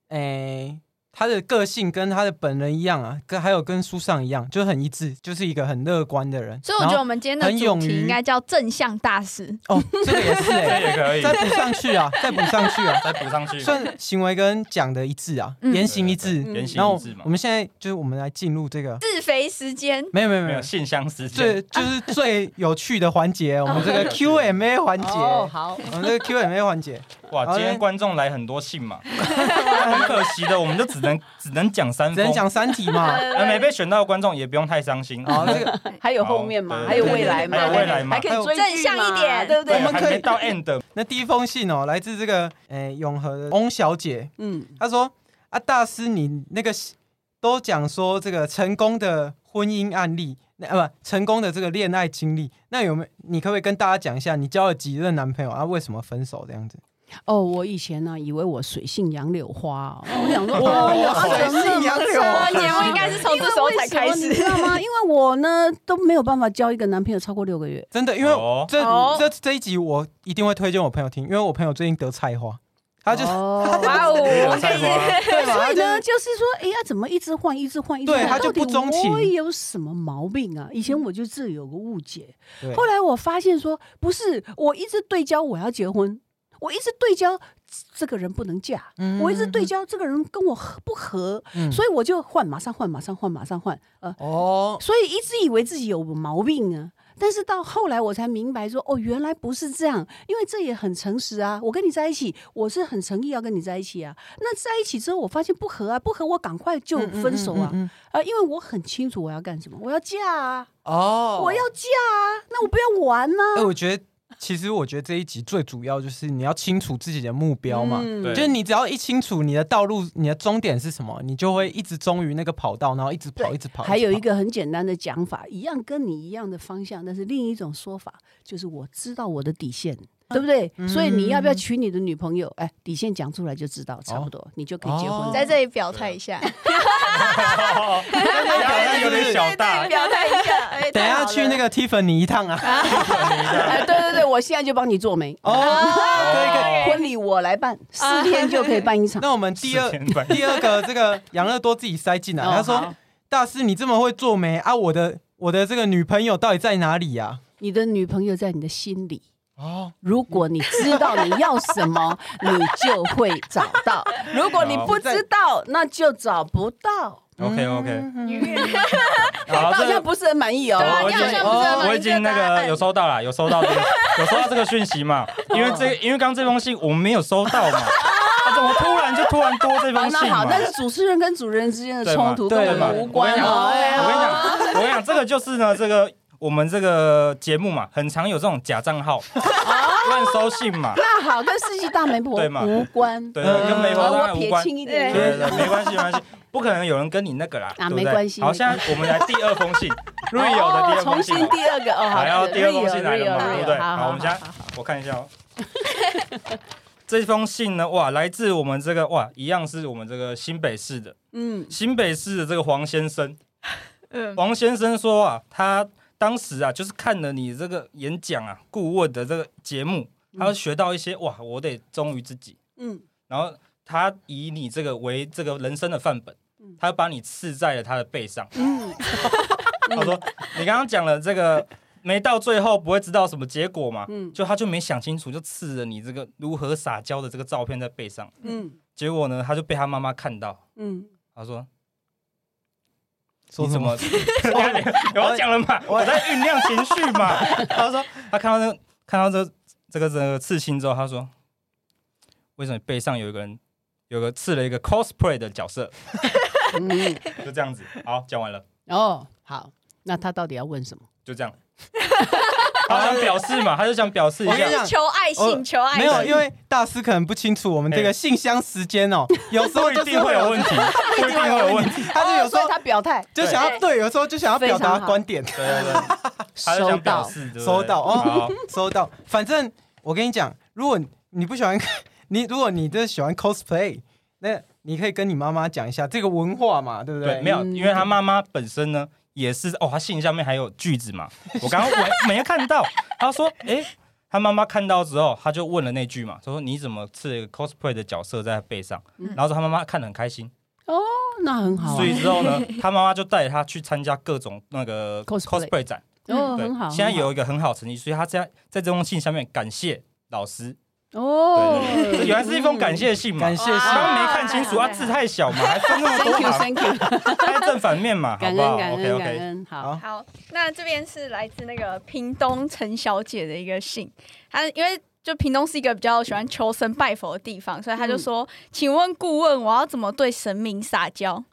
Speaker 3: 诶、他的个性跟他的本人一样啊，跟还有跟书上一样，就是很一致，就是一个很乐观的人。
Speaker 2: 所以我觉得我
Speaker 3: 然后
Speaker 2: 们今天的
Speaker 3: 很
Speaker 2: 主
Speaker 3: 勇
Speaker 2: 题
Speaker 3: 于
Speaker 2: 应该叫正向大师。
Speaker 3: 哦，这个也是
Speaker 4: 这
Speaker 3: 诶、
Speaker 4: 也可以
Speaker 3: 再补上去啊，再补上去啊，
Speaker 4: 再补上去，
Speaker 3: 算行为跟讲的一致啊，
Speaker 2: 嗯
Speaker 3: 言行一致。
Speaker 1: 嗯
Speaker 4: 言行
Speaker 3: 然后
Speaker 4: 一致嘛
Speaker 3: 我。们现在就是我们来进入这个，
Speaker 2: 自肥时间，
Speaker 3: 没有没有没
Speaker 4: 没
Speaker 3: 有
Speaker 4: 有，性相思
Speaker 3: 最
Speaker 4: 间，
Speaker 3: 就是最有趣的环节，我们这 个 Q&A 环节，
Speaker 1: 哦，好，
Speaker 3: 我们这个 Q&A 环节，
Speaker 4: 哇！今天观众来很多信嘛，很可惜的，我们就只能只能讲三
Speaker 3: 只
Speaker 4: 封
Speaker 3: 能，讲三题 嘛。
Speaker 4: 而没被选到的观众也不用太伤心。
Speaker 3: 好，这个
Speaker 1: 还有后面
Speaker 4: 好
Speaker 1: 嘛，
Speaker 4: 对
Speaker 1: 还有未来嘛，
Speaker 4: 还有未来嘛
Speaker 1: 还可以追
Speaker 2: 正
Speaker 1: 剧
Speaker 2: 向
Speaker 1: 嘛
Speaker 2: 一点
Speaker 1: 对不
Speaker 4: 对，
Speaker 1: 对？
Speaker 3: 我们
Speaker 4: 还
Speaker 3: 可以
Speaker 4: 没到 end，
Speaker 3: 那第一封信哦，来自这个诶、永和的翁小姐，
Speaker 1: 嗯，
Speaker 3: 她说啊，大师你那个都讲说这个成功的婚姻案例，那啊不成功的这个恋爱经历，那有没有你可不可以跟大家讲一下，你交了几任男朋友啊，为什么分手这样子？
Speaker 1: 哦，我以前呢、以为我水性杨柳花 哦，我想说，
Speaker 3: 哇
Speaker 1: 哇，有
Speaker 3: 哇
Speaker 1: 啊，
Speaker 3: 水
Speaker 1: 怎么
Speaker 3: 性杨柳花
Speaker 1: 这
Speaker 2: 节目
Speaker 1: 样
Speaker 2: 啊应该是从这时候
Speaker 1: 为
Speaker 2: 才
Speaker 1: 什
Speaker 2: 开
Speaker 1: 么你知
Speaker 2: 始。
Speaker 1: 道吗？因为我呢都没有办法交一个男朋友超过六个月。
Speaker 3: 真的，因为
Speaker 4: 哦
Speaker 3: 这、
Speaker 2: 哦
Speaker 3: 这这一集我一定会推荐我朋友听，因为我朋友最近得菜花， 他就是、
Speaker 1: 哦
Speaker 2: 哇哦，我
Speaker 4: 菜花
Speaker 2: 跟
Speaker 3: 对嘛，
Speaker 1: 所
Speaker 3: 他
Speaker 1: 以
Speaker 3: 就
Speaker 1: 呢，
Speaker 3: 是
Speaker 1: 就是说，哎呀，怎么一直换，一直换，一直
Speaker 3: 对
Speaker 1: 换？
Speaker 3: 他就
Speaker 1: 到底
Speaker 3: 不钟情嗯
Speaker 1: 我有什么毛病啊？以前我就自己有个误解，
Speaker 3: 对
Speaker 1: 后来我发现说，不是，我一直对焦我要结婚，我一直对焦这个人不能嫁，
Speaker 3: 嗯
Speaker 1: 我一直对焦这个人跟我合不合，
Speaker 3: 嗯
Speaker 1: 所以我就换，马上换，马上换，马上换，呃，
Speaker 3: 哦，
Speaker 1: 所以一直以为自己有毛病啊。但是到后来我才明白说，哦，原来不是这样，因为这也很诚实啊。我跟你在一起，我是很诚意要跟你在一起啊。那在一起之后，我发现不合啊，不合我赶快就分手啊、
Speaker 3: 嗯嗯嗯嗯
Speaker 1: 啊！因为我很清楚我要干什么，我要嫁啊，
Speaker 3: 哦，
Speaker 1: 我要嫁啊，那我不要玩呢、
Speaker 3: 哎、我觉得其实我觉得这一集最主要就是你要清楚自己的目标嘛，
Speaker 1: 嗯
Speaker 4: 对
Speaker 3: 就是你只要一清楚你的道路、你的终点是什么，你就会一直忠于那个跑道，然后一直跑，
Speaker 1: 对
Speaker 3: 一直跑。
Speaker 1: 还有一
Speaker 3: 直
Speaker 1: 个很简单的讲法，一样跟你一样的方向，但是另一种说法就是我知道我的底线，对不对？
Speaker 3: 嗯
Speaker 1: 所以你要不要娶你的女朋友？哎，底线讲出来就知道，差不多、你就可以结婚
Speaker 3: 哦
Speaker 1: 了。
Speaker 2: 在这里表态一下，
Speaker 4: 好像有点小大
Speaker 2: 对，表态一下。哎
Speaker 3: 跑。等一下去那，个 Tiffany 一趟啊！
Speaker 1: 哎，对对对，我现在就帮你做媒，
Speaker 3: 哦，可以可以。
Speaker 2: 哦
Speaker 1: 婚礼我来办，四天就可以办一场。
Speaker 3: 那我们第二
Speaker 4: 四天半
Speaker 3: 第二个这个杨乐多自己塞进来，
Speaker 1: 哦
Speaker 3: 他说
Speaker 1: 好：“
Speaker 3: 大师，你这么会做媒啊？我的我的这个女朋友到底在哪里啊呀、
Speaker 1: 你的女朋友在你的心里。
Speaker 3: 哦，
Speaker 1: 如果你知道你要什么，你就会找到；如果你不知道，那就找不到。
Speaker 4: OK
Speaker 1: 嗯
Speaker 4: OK，
Speaker 1: 我
Speaker 4: 好，
Speaker 1: 好
Speaker 4: 这
Speaker 1: 像
Speaker 4: 个
Speaker 1: 不是很满意哦。
Speaker 2: 对啊
Speaker 4: 我
Speaker 2: 你
Speaker 4: 已
Speaker 2: 好
Speaker 4: 经
Speaker 2: 像不是很满意
Speaker 4: 我已经那
Speaker 2: 这答
Speaker 4: 个
Speaker 2: 案
Speaker 4: 有收到了，有收到这个有收到这个讯息嘛？因为这因为刚刚这封信我们没有收到嘛，啊，怎么突然就突然多这
Speaker 1: 好，
Speaker 4: 封
Speaker 1: 那
Speaker 4: 信嘛
Speaker 1: 好，？但是主持人跟主持人之间的
Speaker 4: 对嘛
Speaker 1: 冲突跟
Speaker 3: 对
Speaker 1: 我
Speaker 3: 嘛
Speaker 1: 们无关哦。
Speaker 4: 我跟
Speaker 1: 哎
Speaker 4: 我跟你
Speaker 1: 呀
Speaker 4: 讲，我跟你讲，这个就是呢，这个我们这个节目嘛，很常有这种假账号乱收信嘛，
Speaker 1: 那好，跟世纪大媒婆
Speaker 4: 对嘛
Speaker 1: 无关，
Speaker 4: 对，
Speaker 3: 嗯
Speaker 4: 跟梅花
Speaker 1: 好
Speaker 4: 当然
Speaker 1: 我
Speaker 4: 无
Speaker 1: 撇
Speaker 4: 关，
Speaker 1: 清一
Speaker 4: 对
Speaker 1: 点。
Speaker 4: 对对，没关系没关系。不可能有人跟你那个啦，
Speaker 1: 啊
Speaker 4: 对不
Speaker 1: 没
Speaker 4: 对
Speaker 1: 关系
Speaker 4: 好，
Speaker 1: 没
Speaker 4: 现在
Speaker 1: 关
Speaker 4: 我们来第二封信，Rio 的第
Speaker 1: 哦
Speaker 4: 二封
Speaker 1: 重
Speaker 4: 信
Speaker 1: 新，第二个哦，好
Speaker 4: 还要
Speaker 1: 的
Speaker 4: 第二封
Speaker 1: Rio，
Speaker 4: 信来了嘛
Speaker 1: Rio，
Speaker 4: 对不对
Speaker 1: Rio，
Speaker 4: 好我们现在
Speaker 1: 好好
Speaker 4: 我看一下哦。 这封信呢，哇，来自我们这个哇，一样是我们这个新北市的
Speaker 1: 嗯，
Speaker 4: 新北市的这个黄先生，
Speaker 2: 嗯，
Speaker 4: 王先生说啊，他当时啊，就是看了你这个演讲啊，顾问的这个节目，他学到一些哇，我得忠于自己。
Speaker 1: 嗯，
Speaker 4: 然后他以你这个为这个人生的范本
Speaker 1: 嗯，
Speaker 4: 他把你刺在了他的背上。
Speaker 1: 嗯，
Speaker 4: 他说：“你刚刚讲了这个，没到最后不会知道什么结果嘛？
Speaker 1: 嗯
Speaker 4: 就他就没想清楚，就刺了你这个如何撒娇的这个照片在背上。
Speaker 1: 嗯
Speaker 4: 结果呢，他就被他妈妈看到，
Speaker 1: 嗯，
Speaker 4: 他说：‘
Speaker 3: 说
Speaker 4: 你
Speaker 3: 什
Speaker 4: 怎
Speaker 3: 么
Speaker 4: 么？有 我讲了嘛， 我在酝酿情绪嘛。他说他看到那个看到这这个这个刺青之后，他说为什么背上有一个人有个刺了一个 cosplay 的角色？
Speaker 1: 嗯，
Speaker 4: 就这样子， 好，讲完了，
Speaker 1: 哦，好，那他到底要问什么？
Speaker 4: 就这 样。他想表示嘛，他就想表示一
Speaker 3: 我跟
Speaker 4: 下
Speaker 3: 你。讲
Speaker 2: 求爱
Speaker 3: 我
Speaker 2: 信，求爱
Speaker 3: 没有，
Speaker 2: 信，
Speaker 3: 因为大师可能不清楚我们这个
Speaker 4: 哎
Speaker 3: 信箱时间 哦，有时
Speaker 4: 不
Speaker 3: 候
Speaker 4: 一
Speaker 3: 就是
Speaker 4: 定会有问
Speaker 3: 题，
Speaker 4: 题，不一定会有问题。
Speaker 3: 他就有时
Speaker 1: 哦所以
Speaker 3: 候
Speaker 1: 他表态
Speaker 3: 就想要对，有时候就想要表达观点。
Speaker 4: 对对对，他就
Speaker 1: 收
Speaker 4: 想表
Speaker 1: 到，
Speaker 4: 示，对不对
Speaker 3: 收到哦
Speaker 4: 好
Speaker 3: 收到，反正我跟你讲，如果你不喜欢，你如果你真的喜欢 cosplay，那你可以跟你妈妈讲一下这个文化嘛，对不对？
Speaker 4: 对，没有，
Speaker 1: 嗯
Speaker 4: 因为他妈妈本身呢也是哦，他信下面还有句子嘛， 我刚刚我没看到，他说诶，他妈妈看到之后，他就问了那句嘛，他说你怎么刺了一个 cosplay 的角色在背上？
Speaker 1: 嗯
Speaker 4: 然后他妈妈看得很开心，
Speaker 1: 哦那很好啊
Speaker 4: 所，以之 后呢，他妈妈就带他去参加各种那个
Speaker 1: Cosplay
Speaker 4: cosplay 展，
Speaker 1: 哦，
Speaker 4: 对
Speaker 1: 很好，，
Speaker 4: 现在
Speaker 1: 很好
Speaker 4: 有一个很好成绩，所以他在在这封信下面感谢老师，
Speaker 1: 哦
Speaker 4: 对，这原来是一封感谢信嘛
Speaker 3: 感。谢信
Speaker 2: 哇
Speaker 4: 刚没看清楚啊，
Speaker 2: 对
Speaker 4: 字太小嘛，还分那么多
Speaker 1: ，Thank
Speaker 4: 行，
Speaker 1: you，Thank you，
Speaker 4: 还正反面嘛，好
Speaker 1: 感
Speaker 4: 不好
Speaker 1: 恩感
Speaker 4: ？OK
Speaker 1: 恩感
Speaker 4: OK，
Speaker 1: 恩，好，
Speaker 3: 好，啊
Speaker 2: 好，那这边是来自那个屏东陈小姐的一个信，她因为就屏东是一个比较喜欢求神拜佛的地方，所以她就说：“请问顾问，我要怎么对神明撒娇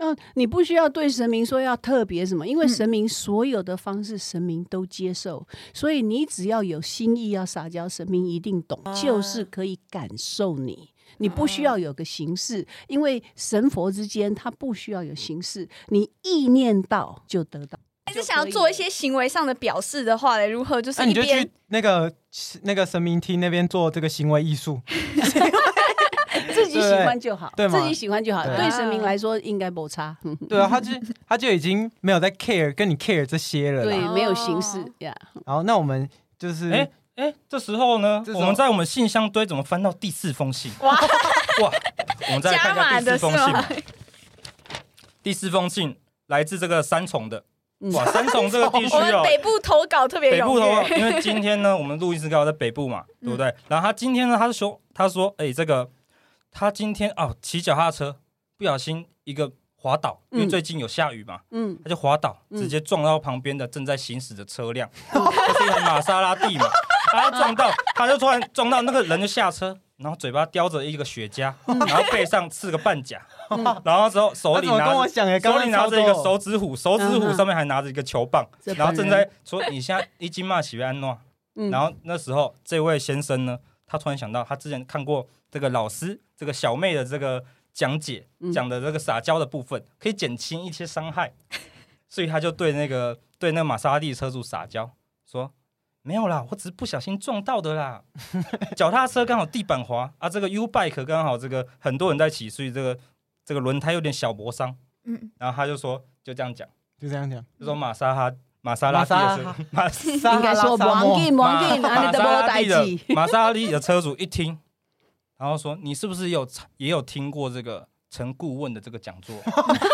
Speaker 1: 嗯，你不需要对神明说要特别什么，因为神明所有的方式，神明都接受，所以你只要有心意要撒娇，神明一定懂，就是可以感受你。你不需要有个形式，因为神佛之间他不需要有形式，你意念到就得到。？”
Speaker 2: 还是想要做一些行为上的表示的话嘞，如何就是
Speaker 3: 那
Speaker 2: 一
Speaker 3: 你就去
Speaker 2: 边
Speaker 3: 那个那个神明厅那边做这个行为 艺术，
Speaker 1: 自己喜欢就好，
Speaker 3: 对嘛
Speaker 1: 自己喜欢就好。
Speaker 3: 对
Speaker 1: 对神明来说应该不差，嗯
Speaker 3: 对啊，他就他就已经没有在 care 跟你 care 这些了啦。
Speaker 1: 对，
Speaker 2: 哦
Speaker 1: 没有形式呀。
Speaker 3: 好，那我们就是，
Speaker 4: 哎哎，这时候呢，
Speaker 3: 这时候
Speaker 4: 我们在我们信箱堆怎么翻到第四封信？哇哇，我们再来
Speaker 2: 加
Speaker 4: 看一下
Speaker 2: 码
Speaker 4: 第
Speaker 2: 的
Speaker 4: 四
Speaker 2: 是
Speaker 4: 封信
Speaker 2: 吗
Speaker 4: 吧。？第四封信来自这个三重的，
Speaker 1: 嗯
Speaker 4: 哇，三重这个地区
Speaker 2: 我们
Speaker 4: 哦，
Speaker 2: 北部投稿特别
Speaker 4: 北
Speaker 2: 踊
Speaker 4: 部头啊，
Speaker 2: 跃，
Speaker 4: 因为今天呢，我们录音师刚好在北部嘛，
Speaker 2: 嗯
Speaker 4: 对不对？然后他今天呢，他就说，他说，哎，这个他今天哦，骑脚踏车不小心一个滑倒，因为
Speaker 1: 嗯
Speaker 4: 最近有下雨嘛，
Speaker 1: 嗯，
Speaker 4: 他就滑倒，
Speaker 1: 嗯
Speaker 4: 直接撞到旁边的正在行驶的车辆，就是一台玛莎拉蒂嘛。他撞到，他就突然撞到那个人就下车，然后嘴巴叼着一个雪茄，
Speaker 1: 嗯
Speaker 4: 然后背上刺个半甲，然后之后手
Speaker 3: 他
Speaker 4: 里
Speaker 3: 怎么
Speaker 4: 拿
Speaker 3: 跟我
Speaker 4: 着
Speaker 3: 讲哎，刚
Speaker 4: 手
Speaker 3: 刚
Speaker 4: 里拿着一个
Speaker 3: 差不多
Speaker 4: 手指虎，手指虎上面还拿着一个球棒，
Speaker 1: 嗯这
Speaker 4: 然后
Speaker 1: 本
Speaker 4: 正
Speaker 1: 人
Speaker 4: 在说你现在一斤骂喜悦安诺，
Speaker 1: 嗯
Speaker 4: 然后那时候这位先生呢，他突然想到他之前看过这个老师这个小妹的这个讲解
Speaker 1: 嗯
Speaker 4: 讲的这个撒娇的部分，可以减轻一些伤害， 所以他就对那个对那个玛莎拉蒂车主撒娇说。没有啦，我只是不小心撞到的 啦。脚踏车刚好地板滑啊，这个 U bike 刚好这个很多人在骑，所以这个这个轮胎有点小磨伤。
Speaker 2: 嗯，
Speaker 4: 然后他就说，就这样讲，
Speaker 3: 就这样讲，
Speaker 4: 就说玛莎哈玛莎拉蒂的车， 玛莎
Speaker 1: 应该说王进王 进，
Speaker 4: 玛
Speaker 1: 啊，
Speaker 4: 玛
Speaker 1: 你都
Speaker 4: 莎
Speaker 1: 没
Speaker 4: 拉
Speaker 1: 代
Speaker 4: 蒂的
Speaker 1: 志。
Speaker 4: 玛莎拉蒂的车主一听，然后说：“你是不是有也有听过这个陈顾问的这个讲座？”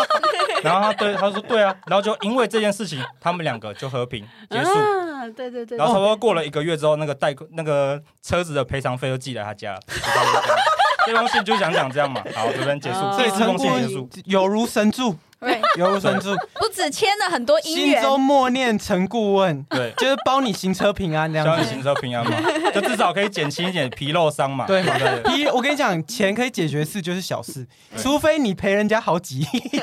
Speaker 4: 然后他对他说：“对啊。”然后就因为这件事情，他们两个就和平结束。
Speaker 1: 啊，对对对，
Speaker 4: 然后差不多过了一个月之后，那个代购那个车子的赔偿费就寄来他家了。就差不多这样这封信就想讲这样嘛，好，这边结束，
Speaker 1: 哦
Speaker 3: 所以
Speaker 4: 这
Speaker 3: 陈
Speaker 4: 封
Speaker 3: 顾
Speaker 4: 信结束
Speaker 3: 问。有如神助，
Speaker 2: 对，
Speaker 3: 有如 神助，
Speaker 2: 不止签了很多姻
Speaker 3: 心
Speaker 2: 缘，
Speaker 3: 中默念陈顾问，
Speaker 4: 对，
Speaker 3: 就是包你行车平安这
Speaker 4: 希望
Speaker 3: 样
Speaker 4: 你
Speaker 3: 子。
Speaker 4: 行车平安嘛，就至少可以减轻一点皮肉伤嘛。
Speaker 3: 对
Speaker 4: 不对？
Speaker 3: 第一，我跟你讲，钱可以解决事就是小事，
Speaker 4: 对
Speaker 3: 除非你赔人家好几亿，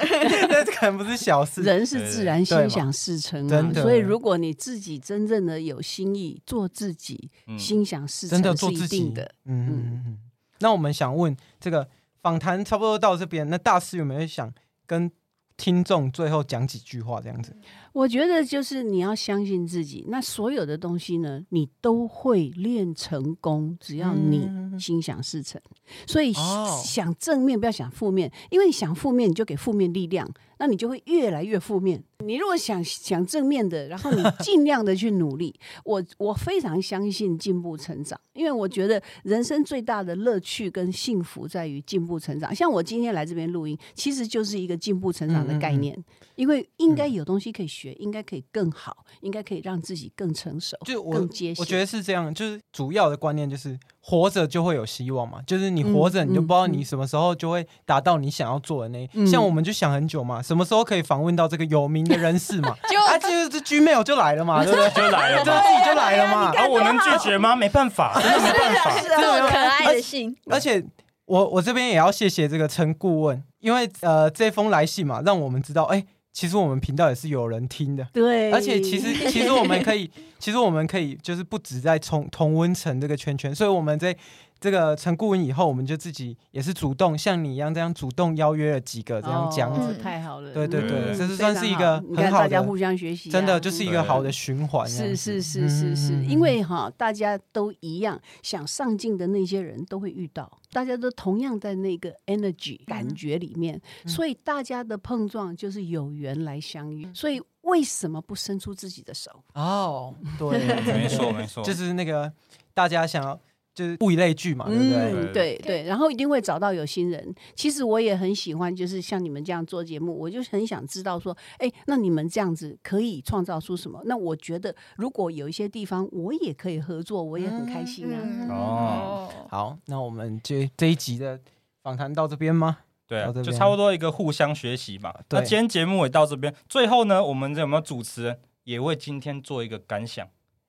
Speaker 3: 那可能不是小事。
Speaker 1: 人是自然心想事成
Speaker 3: 对嘛
Speaker 1: 啊
Speaker 3: 真，的
Speaker 1: 所以如果你自己真正的有心意，做自己，
Speaker 4: 嗯
Speaker 1: 心想事
Speaker 3: 真的
Speaker 1: 成
Speaker 3: 做
Speaker 1: 是
Speaker 3: 自
Speaker 1: 一
Speaker 3: 己
Speaker 1: 定的。。
Speaker 3: 嗯嗯嗯。那我们想问这个访谈差不多到这边，那大师有没有想跟听众最后讲几句话这样子？
Speaker 1: 我觉得就是你要相信自己，那所有的东西呢，你都会练成功，只要你
Speaker 3: 嗯
Speaker 1: 心想事成。所以
Speaker 3: 哦
Speaker 1: 想正面，不要想负面，因为你想负面，你就给负面力量，那你就会越来越负面。你如果想想正面的，然后 你尽量的去努力，我我非常相信进步成长，因为我觉得人生最大的乐趣跟幸福在于进步成长。像我今天来这边录音，其实就是一个进步成
Speaker 3: 嗯
Speaker 1: 长的概念，因为应该有东西可以学，应该可以更好，应该可以让自己更成熟，
Speaker 3: 就我
Speaker 1: 更接
Speaker 3: 我
Speaker 1: 近。
Speaker 3: 觉得是这样，就是主要的观念就是活着就会有希望嘛，就是你活着，
Speaker 1: 嗯
Speaker 3: 你就不知道
Speaker 1: 嗯
Speaker 3: 你什么时候就会达到你想要做的那一。
Speaker 1: 嗯
Speaker 3: 像我们就想很久嘛，什么时候可以访问到这个有名的人士 嘛？
Speaker 2: 就
Speaker 3: 啊，就是这 Gmail 就来了嘛，对不对？
Speaker 4: 就来了
Speaker 3: 就
Speaker 4: 嘛。
Speaker 3: 自己就来了嘛。
Speaker 4: 啊，我能拒绝吗？没办法， 真的没办法。
Speaker 1: 是
Speaker 2: 这
Speaker 1: 啊，
Speaker 2: 么可爱的信，
Speaker 3: 而且我我这边也要谢谢这个陈顾问，因为呃这封来信嘛，让我们知道，哎、其实我们频道也是有人听的。
Speaker 1: 对，
Speaker 3: 而且其实其实我们可以，其实我们可以就是不止在同同温层这个圈圈，所以我们在这个陈顾问以后，我们就自己也是主动像你一样这样主动邀约了几个这样讲嗯
Speaker 1: 哦
Speaker 3: 子，
Speaker 1: 太好了，
Speaker 3: 对对
Speaker 4: 对
Speaker 3: 这是
Speaker 1: 非
Speaker 3: 算
Speaker 1: 常
Speaker 3: 是一个
Speaker 1: 你
Speaker 3: 很
Speaker 1: 看
Speaker 3: 好
Speaker 1: 大家
Speaker 3: 的
Speaker 1: 互相学习啊，
Speaker 3: 真的就是一个好的循环。这样
Speaker 1: 是
Speaker 3: 子
Speaker 1: 是是是是，
Speaker 3: 嗯
Speaker 1: 因为哈，大家都一样，想上进的那些人都会遇到，大家都同样在那个
Speaker 3: 嗯
Speaker 1: energy 感觉里面，所以大家的碰撞就是有缘来相
Speaker 3: 嗯
Speaker 1: 遇，所以。为什么不伸出自己的手？
Speaker 3: 哦，对，
Speaker 4: 没错没错，
Speaker 3: 就是那个大家想要就是物以类聚嘛，对不对？
Speaker 1: 嗯，对对，然后一定会找到有心人。其实我也很喜欢，就是像你们这样做节目，我就很想知道说，哎，那你们这样子可以创造出什么？那我觉得，如果有一些地方我也可以合作，我也很开心啊。
Speaker 2: 嗯
Speaker 4: 哦，
Speaker 3: 好，那我们这这一集的访谈到这边吗？
Speaker 4: 对啊
Speaker 3: 到这，边
Speaker 4: 就差不多一个互相学习嘛。
Speaker 3: 对
Speaker 4: 那今天节目也到这边，最后呢，我们有没有主持人也为今天做一个感想，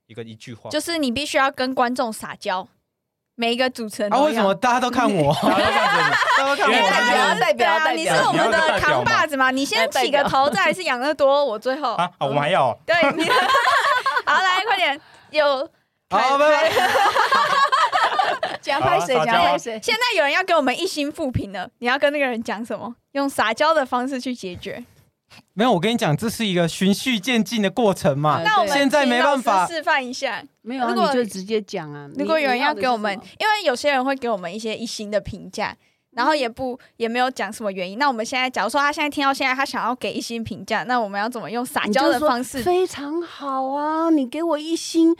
Speaker 4: 一个一句话？
Speaker 2: 就是你必须要跟观众撒娇，每一个主持人
Speaker 3: 啊，
Speaker 2: 都
Speaker 3: 为什么
Speaker 2: 要。
Speaker 3: 大家都看 我？
Speaker 4: 大家都看着你
Speaker 3: 大家都看我
Speaker 4: 原
Speaker 2: 代
Speaker 4: 来
Speaker 3: 看
Speaker 2: 表
Speaker 3: 我？
Speaker 2: 代表，
Speaker 5: 代表
Speaker 2: 你是我们的扛把子嘛？你先起个头，再来是养乐多，我最后
Speaker 4: 啊，啊我们还要哦
Speaker 2: 对，你好来快点，有
Speaker 3: 好，拜拜。
Speaker 1: 加
Speaker 4: 好啊
Speaker 1: 拍谁？
Speaker 4: 撒
Speaker 1: 加
Speaker 4: 娇啊
Speaker 1: 拍谁？
Speaker 2: 现在有人要给我们一星复评了，你要跟那个人讲什么？用撒娇的方式去解决。
Speaker 3: 没有，我跟你讲，这是一个循序渐进的过程嘛。
Speaker 1: 嗯
Speaker 2: 那我们
Speaker 3: 呃现在没办法
Speaker 2: 请老师示范一下。
Speaker 1: 没有、啊，
Speaker 2: 如果
Speaker 1: 你就直接讲啊。
Speaker 2: 如
Speaker 1: 你
Speaker 2: 果有人
Speaker 1: 你
Speaker 2: 要
Speaker 1: 的
Speaker 2: 给
Speaker 1: 是
Speaker 2: 我们
Speaker 1: 什么，
Speaker 2: 因为有些人会给我们一些一星的评价，然后也
Speaker 1: 嗯
Speaker 2: 不也没有讲什么原因。那我们现在，假如说他现在听到现在，他想要给一星评价，那我们要怎么用撒
Speaker 1: 你就
Speaker 2: 娇的
Speaker 1: 说
Speaker 2: 方式？
Speaker 1: 非常好啊，你给我一星，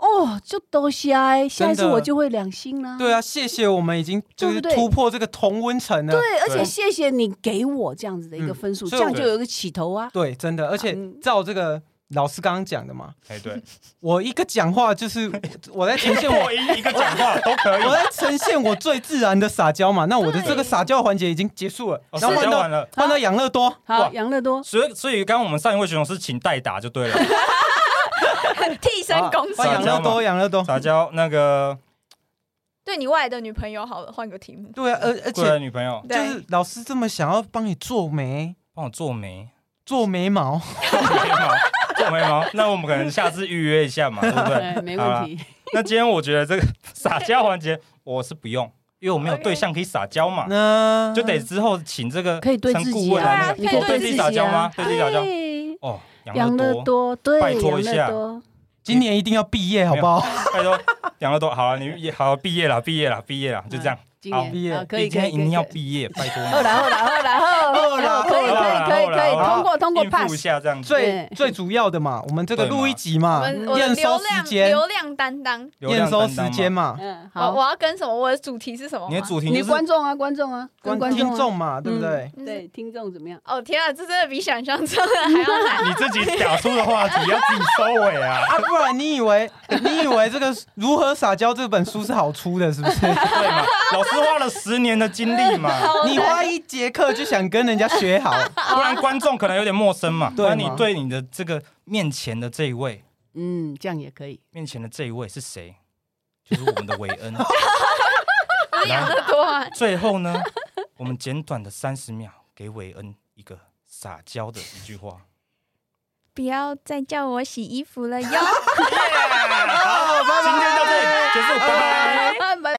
Speaker 1: 哦，就都下，下一次
Speaker 3: 真的
Speaker 1: 我就会两星啦、
Speaker 3: 对啊，谢谢，我们已经就是
Speaker 1: 对不对
Speaker 3: 突破这个同温层了。
Speaker 1: 对，而
Speaker 4: 对
Speaker 1: 且谢谢你给我这样子的一个
Speaker 3: 嗯
Speaker 1: 分数，这
Speaker 3: 所以我
Speaker 1: 样就有一个起头啊。
Speaker 3: 对，真的，而且
Speaker 1: 嗯
Speaker 3: 照这个老师刚刚讲的嘛，
Speaker 4: 哎， 对，
Speaker 3: 我一个讲话 就是我在呈现我
Speaker 4: 破音一个讲话都可以
Speaker 3: 我。在呈现我最自然的撒娇嘛。那我的这个
Speaker 2: 对
Speaker 3: 撒娇环节已经结束了，
Speaker 4: 哦
Speaker 3: 然后
Speaker 4: 撒
Speaker 3: 换
Speaker 4: 娇完
Speaker 3: 到
Speaker 4: 了，
Speaker 3: 换到养乐多，
Speaker 1: 好，
Speaker 4: 哇
Speaker 1: 养乐多，
Speaker 4: 所以所以刚刚我们上一位选手是请代打就 对了，
Speaker 2: 替身
Speaker 3: 好
Speaker 2: 攻势
Speaker 3: 啊换，养乐多，养乐多。
Speaker 4: 撒娇那个
Speaker 2: 对你未来的女朋友好了，换个题目。
Speaker 3: 对啊，而而
Speaker 4: 贵人
Speaker 3: 且
Speaker 4: 女朋友
Speaker 3: 就
Speaker 2: 对
Speaker 3: 是老师这么想要帮你做眉、
Speaker 4: 帮我做眉，
Speaker 3: 做眉毛，
Speaker 4: 做眉毛，做眉毛，那我们可能下次预约一下嘛，对不对？
Speaker 1: 对，没问题。
Speaker 4: 那今天我觉得这个撒娇环节我是不用，因为我没有对象可以撒娇嘛，
Speaker 3: 那
Speaker 4: 就得之后请这个
Speaker 1: 可以对
Speaker 4: 称
Speaker 1: 自
Speaker 4: 顾
Speaker 1: 己
Speaker 4: 问来那
Speaker 1: 啊，
Speaker 4: 个
Speaker 1: 你
Speaker 2: 对啊
Speaker 1: 可以
Speaker 2: 我
Speaker 4: 对
Speaker 1: 自
Speaker 4: 自己
Speaker 1: 己
Speaker 4: 撒娇
Speaker 1: 啊
Speaker 4: 吗对自己撒娇
Speaker 1: 对
Speaker 4: 哦，养
Speaker 1: 养
Speaker 4: 乐
Speaker 1: 乐
Speaker 4: 多，
Speaker 1: 多，对，
Speaker 4: 拜托
Speaker 1: 养
Speaker 4: 一
Speaker 1: 乐
Speaker 4: 下
Speaker 1: 多
Speaker 3: 今年一定要毕业，好不好？
Speaker 4: 拜托养乐多，好了，你也好毕业了，毕业了，毕业了，就这样，
Speaker 1: 今
Speaker 4: 好
Speaker 1: 年
Speaker 3: 毕业
Speaker 1: 好可以，
Speaker 4: 今
Speaker 1: 可以，
Speaker 4: 天一定
Speaker 1: 可以
Speaker 4: 要
Speaker 1: 可以
Speaker 4: 毕业，拜 托你。
Speaker 1: 后来后来后来后
Speaker 3: 后来
Speaker 1: 可以可
Speaker 3: 后
Speaker 4: 来
Speaker 1: 以可以
Speaker 4: 后
Speaker 1: 可
Speaker 4: 来
Speaker 1: 以，通过通过
Speaker 4: 应付一
Speaker 1: pass。
Speaker 4: 下这样子，
Speaker 3: 最
Speaker 1: 对
Speaker 3: 最主要的嘛，我们这个
Speaker 4: 对嘛
Speaker 3: 录一集
Speaker 2: 我
Speaker 3: 嘛，
Speaker 2: 们我的
Speaker 3: 啊验
Speaker 2: 流
Speaker 3: 收时
Speaker 2: 量
Speaker 3: 间，
Speaker 2: 流量担当，
Speaker 4: 流
Speaker 3: 验
Speaker 4: 量
Speaker 3: 收
Speaker 4: 担
Speaker 3: 时
Speaker 4: 当
Speaker 3: 间嘛，
Speaker 1: 嗯，
Speaker 2: 我
Speaker 1: 好，
Speaker 2: 我要跟什么？我的主题是什么吗？
Speaker 4: 你的主题
Speaker 1: 你
Speaker 4: 就是
Speaker 1: 观众啊，观众啊，跟观
Speaker 3: 听
Speaker 1: 众
Speaker 3: 众嘛，对不对？
Speaker 2: 嗯
Speaker 1: 对听众怎么样？
Speaker 2: 哦天啊，这真的比想象中 的还要难。
Speaker 4: 你自己讲出的话题要自己收尾啊。
Speaker 3: 啊，不然你以为你以为这个《如何撒娇》这本书是好出的，是不 是？
Speaker 4: 对嘛？老师花了十年的精力嘛，
Speaker 2: 好
Speaker 3: 你花一节课就想跟人家学 好，
Speaker 4: 不然观众可能有点陌生嘛。不
Speaker 3: 对嘛
Speaker 4: 然你对你的这个面前的这一位，
Speaker 1: 嗯，这样也可以。
Speaker 4: 面前的这一位是谁？就是我们的韦恩。然
Speaker 2: 养
Speaker 4: 后
Speaker 2: 乐多啊，
Speaker 4: 最后呢，我们简短的三十秒给韦恩一个撒娇的一句话。
Speaker 2: 不要再 叫我洗衣服了哟。
Speaker 4: 好，今天到这里结束，拜拜。